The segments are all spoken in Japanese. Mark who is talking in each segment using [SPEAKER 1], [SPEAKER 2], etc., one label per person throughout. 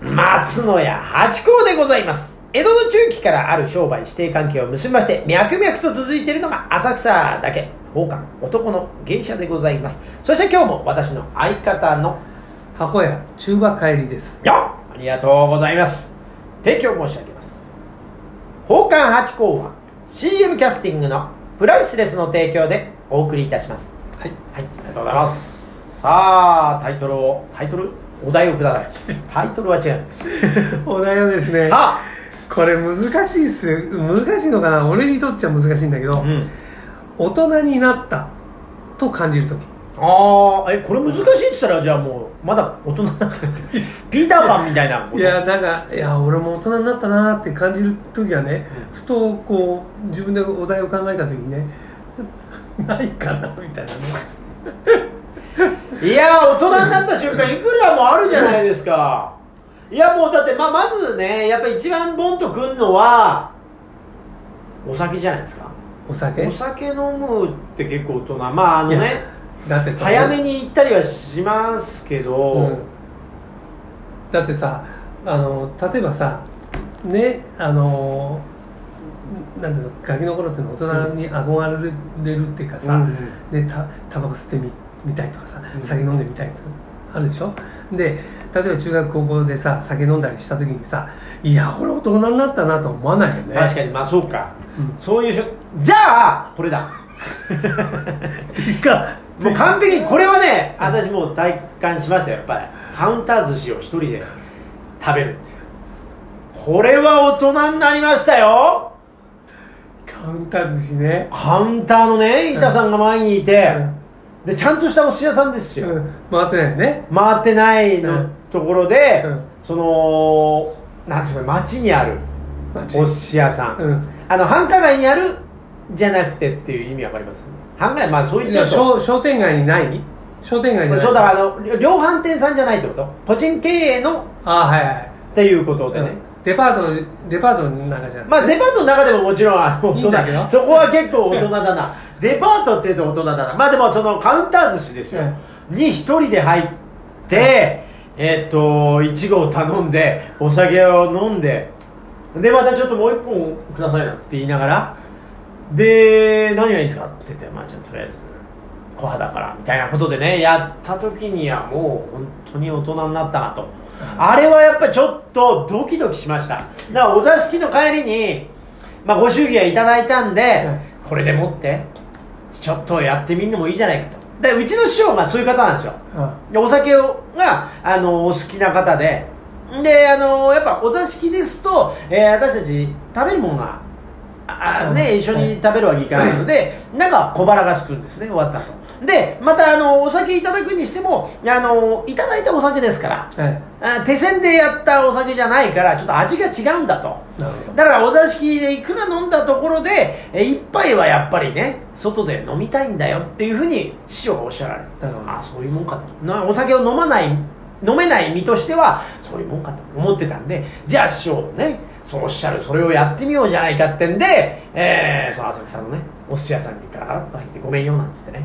[SPEAKER 1] 松野屋八甲でございます。江戸の中期からある商売指定関係を結びまして、脈々と続いているのが浅草だけ、宝冠男の芸者でございます。そして今日も私の相方の、
[SPEAKER 2] 箱屋中馬帰りです
[SPEAKER 1] よっありがとうございます。提供申し上げます。宝冠八甲は CM キャスティングのプライスレスの提供でお送りいたします。
[SPEAKER 2] はい
[SPEAKER 1] はい、ありがとうございます。さあ、タイトルを、タイトルお題をください。タイトルは違う。
[SPEAKER 2] お題はですね
[SPEAKER 1] あ
[SPEAKER 2] これ難しいっす難しいのかな俺にとっちゃ難しいんだけど、
[SPEAKER 1] うん。
[SPEAKER 2] 大人になったと感じる時
[SPEAKER 1] ああ、え、これ難しいって言ったら、じゃあもう、まだ大人になってる。ピーターパンみたいなこと。
[SPEAKER 2] いやなんかいや俺も大人になったなーって感じる時はね、
[SPEAKER 1] う
[SPEAKER 2] ふとこう自分でお題を考えた時にね ないかなみたいなね
[SPEAKER 1] いやー、大人になった瞬間、いくらもあるじゃないですか。いや、もうだって、まあ、まずね、やっぱ一番ボンとくんのは、お酒じゃないですか。
[SPEAKER 2] お酒
[SPEAKER 1] お酒飲むって結構大人。まあ、あの
[SPEAKER 2] いや
[SPEAKER 1] ね、
[SPEAKER 2] だってさ
[SPEAKER 1] 早めに行ったりはしますけど、
[SPEAKER 2] うん、だってさあの例えばさねあのなんていうのガキの頃っていうのは大人に憧れるっていうかさ、
[SPEAKER 1] うん
[SPEAKER 2] でたタバコ吸ってみみたいとかさ
[SPEAKER 1] うん
[SPEAKER 2] 酒飲んでみたいってあるでしょで例えば中学高校でさ酒飲んだりした時にさいや俺大人になったなとは思わないよね
[SPEAKER 1] 確かに、まあそうか。
[SPEAKER 2] うん
[SPEAKER 1] そういうしょ、じゃあ、これだ。
[SPEAKER 2] っていうか
[SPEAKER 1] もう完璧にこれはね私もう体感しましたよやっぱりカウンター寿司を一人で食べるっていうこれは大人になりましたよ
[SPEAKER 2] カウンター寿司ね、
[SPEAKER 1] カウンターのね板さんが前にいて、でちゃんとしたお寿司屋さんですよ、
[SPEAKER 2] うん、回ってないよね
[SPEAKER 1] 回ってないの、
[SPEAKER 2] うん
[SPEAKER 1] ところで、
[SPEAKER 2] うん
[SPEAKER 1] そのなんていうの街にある
[SPEAKER 2] マジ
[SPEAKER 1] お寿司屋さん、
[SPEAKER 2] うん
[SPEAKER 1] あの繁華街にあるじゃなくてっていう意味わかります繁華街まあそう言っ
[SPEAKER 2] い
[SPEAKER 1] ちゃ
[SPEAKER 2] や
[SPEAKER 1] うと
[SPEAKER 2] 商商店街にない商店街じゃない
[SPEAKER 1] そうだからあの量販店さんじゃないってこと個人経営の
[SPEAKER 2] あはいはい
[SPEAKER 1] っていうことでね、
[SPEAKER 2] デパートデパートの中じゃん、
[SPEAKER 1] まあデパートの中でももちろんあの大
[SPEAKER 2] いいん
[SPEAKER 1] 人
[SPEAKER 2] だけど
[SPEAKER 1] そこは結構大人だなデパートって言うと大人だなまあでもそのカウンター寿司ですよ、に一人で入って、えーっといちごを頼んでお酒を飲んででまたちょっともう一本くださいなんて言いながらで何がいいですかって言ってまあじゃあとりあえず小肌からみたいなことでねやった時にはもう本当に大人になったなとあれはやっぱりちょっとドキドキしましただからお座敷の帰りに、まあ、ご祝儀はいただいたんで、これでもってちょっとやってみるのもいいじゃないかとでうちの師匠がそういう方なんですよ
[SPEAKER 2] あ
[SPEAKER 1] でお酒をがあのお好きな方でであのやっぱお座敷ですと、えー私たち食べるものがああね、
[SPEAKER 2] うん
[SPEAKER 1] 一緒に食べるわけいかないので、なんか小腹が空くんですね終わったとでまたあのお酒いただくにしてもあのいただいたお酒ですから
[SPEAKER 2] はい
[SPEAKER 1] あ手煎でやったお酒じゃないからちょっと味が違うんだと
[SPEAKER 2] なるほど
[SPEAKER 1] だからお座敷でいくら飲んだところでえ一杯はやっぱりね外で飲みたいんだよっていうふうに師匠がおっしゃられた
[SPEAKER 2] なるほど
[SPEAKER 1] ああそういうもんかとなお酒を飲まない飲めない身としてはそういうもんかと思ってたんでじゃあ師匠のねそうおっしゃるそれをやってみようじゃないかってんで、えー、その浅草のねお寿司屋さんにガラガラッと入ってごめんよなんつってね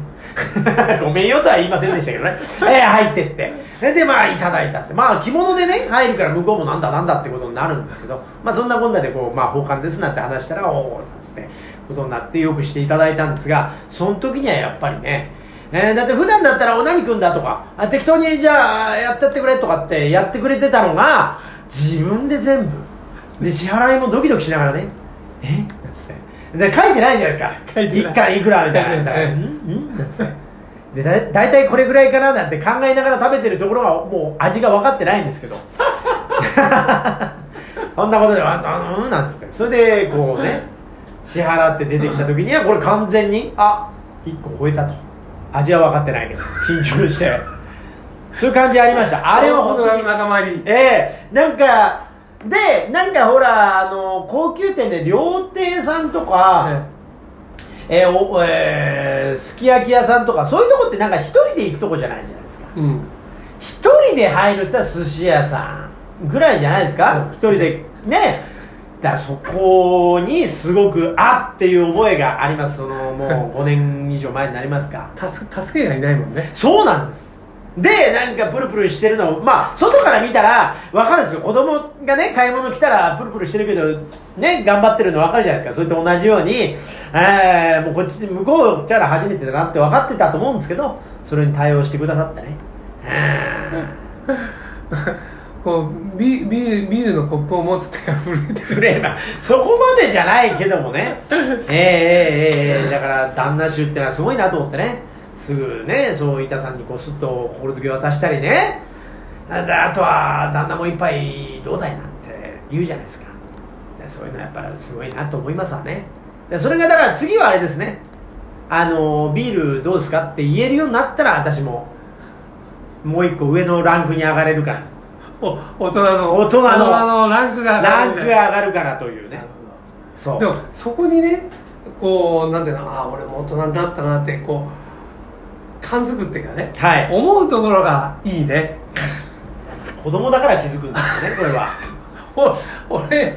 [SPEAKER 1] ごめんよとは言いませんでしたけどね、えー、入ってってそれでまあいただいたってまあ着物でね入るから向こうもなんだなんだってことになるんですけどまあそんなこんなでこうまあ奉還ですなんて話したらおおなんつってことになってよくしていただいたんですがその時にはやっぱりねえーだって普段だったら「お何くんだ」とかあ「適当にじゃあやってってくれ」とかってやってくれてたのが自分で全部で支払いもドキドキしながらね「えなんつってで書いてないじゃないですか
[SPEAKER 2] 書いてない
[SPEAKER 1] 一貫いくらみたいなだか ら「
[SPEAKER 2] うん
[SPEAKER 1] んん?」なんつってでだ大体これぐらいかななんて考えながら食べてるところがもう味が分かってないんです けどそんなことで「ああうん」なんつってそれでこうね支払って出てきた時にはこれ完全にあ一1個超えたと味は分かってないけど緊張してそういう感じありましたあれは本当に
[SPEAKER 2] 大人の仲間入り
[SPEAKER 1] ええなんかでなんかほらあの高級店で料亭さんとか、
[SPEAKER 2] え
[SPEAKER 1] えーおえーすき焼き屋さんとかそういうとこってなんか一人で行くとこじゃないじゃないですか
[SPEAKER 2] えうん
[SPEAKER 1] 一人で入るって言ったら寿司屋さんぐらいじゃないですか一
[SPEAKER 2] そ
[SPEAKER 1] 人でねだからそこにすごくあっていう覚えがありますそのもう5年以上前になりますか
[SPEAKER 2] 助助けがいないもんね
[SPEAKER 1] そうなんですで、なんかプルプルしてるのを、まあ、外から見たらわかるんですよ。子供がね、買い物来たらプルプルしてるけど、ね、頑張ってるのわかるじゃないですか。それと同じように、えー、もうこっち、向こうから初めてだなって分かってたと思うんですけど、それに対応してくださったね。
[SPEAKER 2] こうビビールビールのコップを持つ手が震えて
[SPEAKER 1] フレーバーそこまでじゃないけども ねええええええだから旦那衆ってのはすごいなと思ってねすぐねそう板さんにこうすっと心付け渡したりねあであとは旦那も一杯どうだいなんて言うじゃないですかでそういうのはやっぱすごいなと思いますわねでそれがだから次はあれですねあのビールどうですかって言えるようになったら私ももう一個上のランクに上がれるから
[SPEAKER 2] お大人の
[SPEAKER 1] 大人の
[SPEAKER 2] ランクが上が
[SPEAKER 1] ラ
[SPEAKER 2] る
[SPEAKER 1] ンク
[SPEAKER 2] み
[SPEAKER 1] が
[SPEAKER 2] たい
[SPEAKER 1] 上
[SPEAKER 2] な
[SPEAKER 1] がるからという
[SPEAKER 2] な
[SPEAKER 1] ね
[SPEAKER 2] るほど
[SPEAKER 1] そう
[SPEAKER 2] でもそこにねこうなんていうのああ俺も大人になったなってこう感づくっていうかね
[SPEAKER 1] はい
[SPEAKER 2] 思うところがいいね
[SPEAKER 1] 子供だから気づくんですよねこれは
[SPEAKER 2] お 俺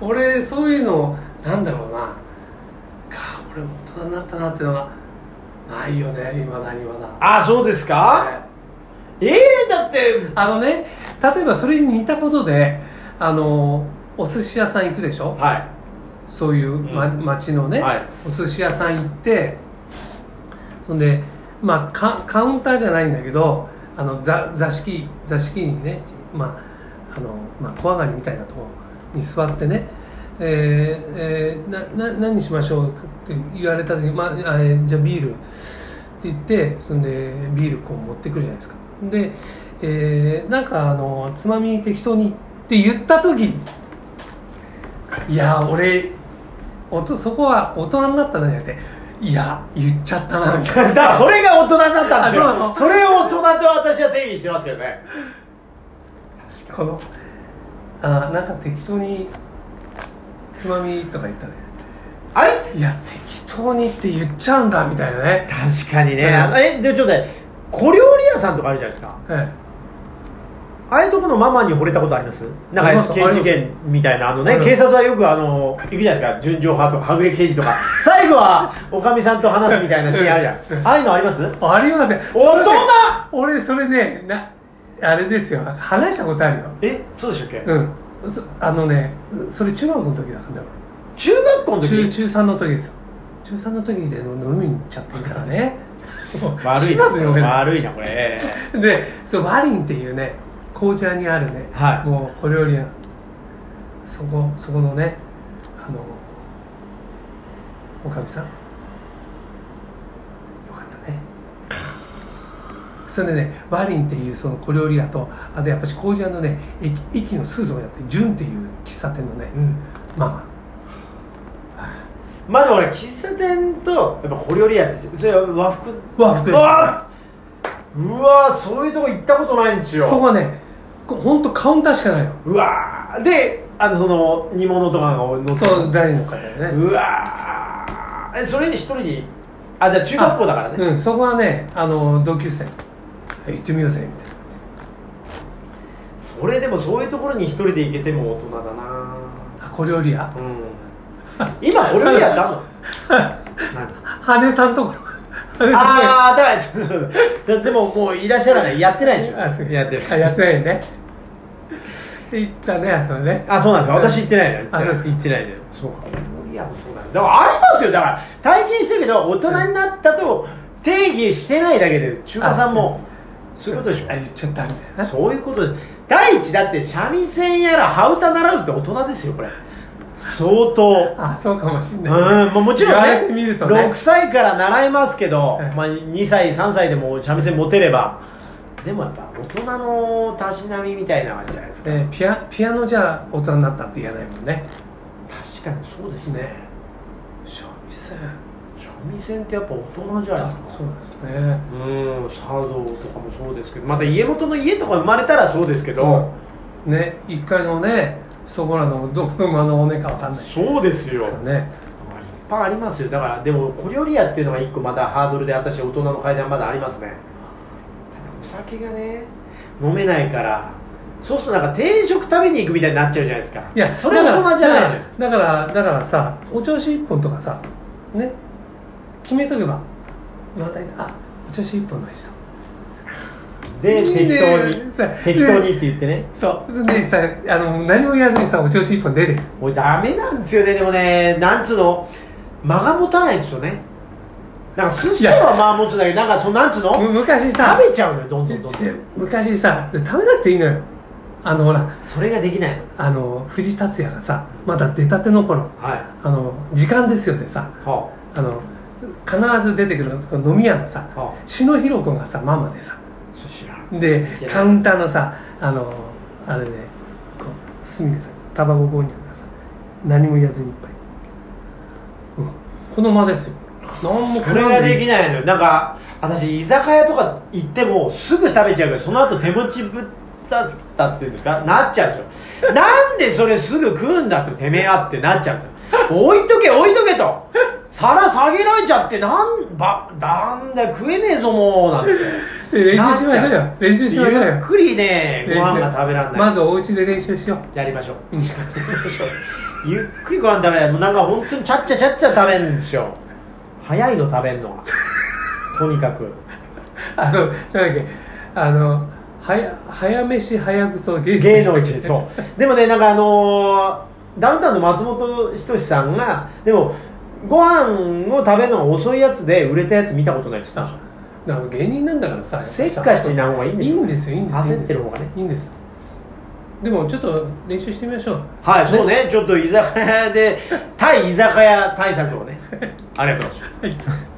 [SPEAKER 2] 俺そういうのなんだろうなか俺も大人になったなってのがないよね今だにまだ
[SPEAKER 1] あそうですか
[SPEAKER 2] ね
[SPEAKER 1] ええだって
[SPEAKER 2] あのね例えばそれに似たことであのお寿司屋さん行くでしょ
[SPEAKER 1] は
[SPEAKER 2] そういう、
[SPEAKER 1] ん
[SPEAKER 2] ま、町のね、
[SPEAKER 1] はい
[SPEAKER 2] お寿司屋さん行ってそんで、まあ、カカウンターじゃないんだけどあの座座敷座敷にね、まああのまあ、小上がりみたいなところに座ってね、えーえーなな何しましょうって言われた時、まああえーじゃあビールって言ってそんでビールこう持ってくるじゃないですかで、えーなんかあのつまみ適当にって言った時いや俺おとそこは大人になっただけじゃなくていや言っちゃったなみた い
[SPEAKER 1] いだからそれが大人になったんです
[SPEAKER 2] あそうなの
[SPEAKER 1] よそれを大人と私は定義してますけどね
[SPEAKER 2] なこのあなんか適当につまみとか言ったね
[SPEAKER 1] あれ
[SPEAKER 2] いや適当にって言っちゃうんだみたいなね、
[SPEAKER 1] 確かに
[SPEAKER 2] うん
[SPEAKER 1] あのえでちょっとね小料理屋さんとかあるじゃないですか
[SPEAKER 2] え
[SPEAKER 1] ああいうとこのママに惚れたことあります
[SPEAKER 2] あり
[SPEAKER 1] なん
[SPEAKER 2] ます
[SPEAKER 1] か刑事事件みたいなあの
[SPEAKER 2] あ
[SPEAKER 1] ね
[SPEAKER 2] ります
[SPEAKER 1] 警察はよくあの行くじゃないですか純情派とかはぐれ刑事 とか最後はおかみさんと話すみたいなシーンあるじゃんああいうのあります
[SPEAKER 2] えありません
[SPEAKER 1] 大人
[SPEAKER 2] 俺それねなあれですよ話したことあるよ
[SPEAKER 1] えそうでしたっけ
[SPEAKER 2] うんそあのねそれ中学の時だからね
[SPEAKER 1] 中学校の時
[SPEAKER 2] 中中3の時ですよ中3の時で飲みに行っちゃってるからね
[SPEAKER 1] 悪い
[SPEAKER 2] しますよね
[SPEAKER 1] な悪いなこれ
[SPEAKER 2] でそうワリンっていうね紅茶にあるね、
[SPEAKER 1] はい
[SPEAKER 2] もう小料理屋そこそこのねあのおかみさんよかったねそれでねワリンっていうその小料理屋とあとやっぱり紅茶のね駅駅のすぐそばにあってジュンっていう喫茶店のね
[SPEAKER 1] うん
[SPEAKER 2] ママ
[SPEAKER 1] まず俺喫茶店とやっぱ小料理屋ってそれは和服
[SPEAKER 2] 和服です
[SPEAKER 1] うわうわそういうとこ行ったことないんですよ
[SPEAKER 2] そこはね本当カウンターしかないの
[SPEAKER 1] うわであのその煮物とかが乗って
[SPEAKER 2] そう誰の方だよね
[SPEAKER 1] うわえそれに一人にあじゃあ中学校だからね
[SPEAKER 2] うんそこはねあの同級生行ってみようぜみたいな
[SPEAKER 1] それでもそういうところに一人で行けても大人だな
[SPEAKER 2] あ小料理屋
[SPEAKER 1] うん今小料理屋って あんのなんか
[SPEAKER 2] 羽根さんところ羽根さん
[SPEAKER 1] ああだからそうそうそうでももういらっしゃらないやってないでし
[SPEAKER 2] と
[SPEAKER 1] ょ
[SPEAKER 2] ころあそう
[SPEAKER 1] やってる
[SPEAKER 2] あやってないよねで行ったねあそこね
[SPEAKER 1] あそうなんですか私行ってないね
[SPEAKER 2] あそうですか
[SPEAKER 1] 行ってないねそうかいやそうなんだだからありますよだから体験してるけど大人になったと定義してないだけで中華さんもそういうことでし
[SPEAKER 2] あ言っちゃったみたい
[SPEAKER 1] ょ
[SPEAKER 2] な
[SPEAKER 1] そういうことで第一だって三味線やら羽歌習うって大人ですよこれ相当
[SPEAKER 2] あそうかもしん
[SPEAKER 1] うん
[SPEAKER 2] ない
[SPEAKER 1] まあ、もちろ
[SPEAKER 2] 言
[SPEAKER 1] ん
[SPEAKER 2] わ
[SPEAKER 1] ね
[SPEAKER 2] れてみるとね
[SPEAKER 1] 6歳から習いますけど、
[SPEAKER 2] うん
[SPEAKER 1] まあ、2歳3歳でも三味線持てればでもやっぱ大人のたしなみみたいな感じじゃないですか、
[SPEAKER 2] えーピアピアノじゃ大人になったって言えないもんね
[SPEAKER 1] 確かにそうですね
[SPEAKER 2] 三味線
[SPEAKER 1] 三味線ってやっぱ大人じゃないです
[SPEAKER 2] そ
[SPEAKER 1] か
[SPEAKER 2] うなんですね
[SPEAKER 1] うん茶道とかもそうですけどまた家元の家とか生まれたらそうですけど、
[SPEAKER 2] ね一階のねそこらのどこの間の骨かわかんない
[SPEAKER 1] そうですよ
[SPEAKER 2] ですよね
[SPEAKER 1] いっぱいありますよだからでも小料理屋っていうのが一個まだハードルで私大人の階段まだありますねただお酒がね飲めないからそうするとなんか定食食べに行くみたいになっちゃうじゃないですか
[SPEAKER 2] いや
[SPEAKER 1] それは大人じゃないのよ
[SPEAKER 2] だからだからだからさお調子一本とかさね決めとけばまたあお調子一本の味だ
[SPEAKER 1] で
[SPEAKER 2] いい
[SPEAKER 1] 適
[SPEAKER 2] ね
[SPEAKER 1] 当に
[SPEAKER 2] そう
[SPEAKER 1] 適当にって言ってね
[SPEAKER 2] そうでさあの何も言わずにさお調子一本出てる
[SPEAKER 1] もうダメなんですよねでもねなんつうの間が持たないんですよねなんか寿司屋は間持つんだけどなんかそのなんつうの食
[SPEAKER 2] む昔さ
[SPEAKER 1] べちゃうのよどんどんどんどん
[SPEAKER 2] 昔さ食べなくていいのよあのほら
[SPEAKER 1] それができないの
[SPEAKER 2] あの藤達也がさまだ出たての頃
[SPEAKER 1] はい
[SPEAKER 2] あの時間ですよってさ
[SPEAKER 1] は
[SPEAKER 2] あの必ず出てくるその飲み屋のさ
[SPEAKER 1] あはあ
[SPEAKER 2] 篠ひろ子がさママでさ
[SPEAKER 1] そう知らん
[SPEAKER 2] で
[SPEAKER 1] いや
[SPEAKER 2] カウンターのさあのあれでこう隅でさタバコ購入がさ何も言わずにいっぱい、うん、この間ですよ何も
[SPEAKER 1] それがで
[SPEAKER 2] き
[SPEAKER 1] きないのよなんか私居酒屋とか行ってもすぐ食べちゃうけどその後手持ちぶっ刺したっていうんですかなっちゃうんですよなんでそれすぐ食うんだっててめえあってなっちゃうんですよ置いとけ置いとけと皿下げられちゃってなんばなんだよ食えねえぞもうなんですよ
[SPEAKER 2] 練習しましょう
[SPEAKER 1] な
[SPEAKER 2] よ練習 しましょう
[SPEAKER 1] ゆっ
[SPEAKER 2] よ
[SPEAKER 1] くりねご
[SPEAKER 2] 練習
[SPEAKER 1] 飯が食べられない
[SPEAKER 2] まずお家で練習しよ
[SPEAKER 1] やりましょう
[SPEAKER 2] う、うん、
[SPEAKER 1] ゆっくりご飯食べないもうなんか本当にちゃっちゃちゃっちゃ食べるんですよ早いの食べんのがとにかく
[SPEAKER 2] あのなんだっけあのはや早飯早くそ芸
[SPEAKER 1] 芸能一そうでもねなんかあのーダウンタウンの松本人志さんがでもご飯を食べるのが遅いやつで売れたやつ見たことないです
[SPEAKER 2] あだから芸人なんだからさ
[SPEAKER 1] せっかちな方がいいんです
[SPEAKER 2] いい
[SPEAKER 1] よ
[SPEAKER 2] んですよいいんですよ
[SPEAKER 1] 焦ってる方がね
[SPEAKER 2] いいんですでもちょっと練習してみましょう
[SPEAKER 1] はいそうねちょっと居酒屋で対居酒屋対策をねありがとうございます
[SPEAKER 2] はい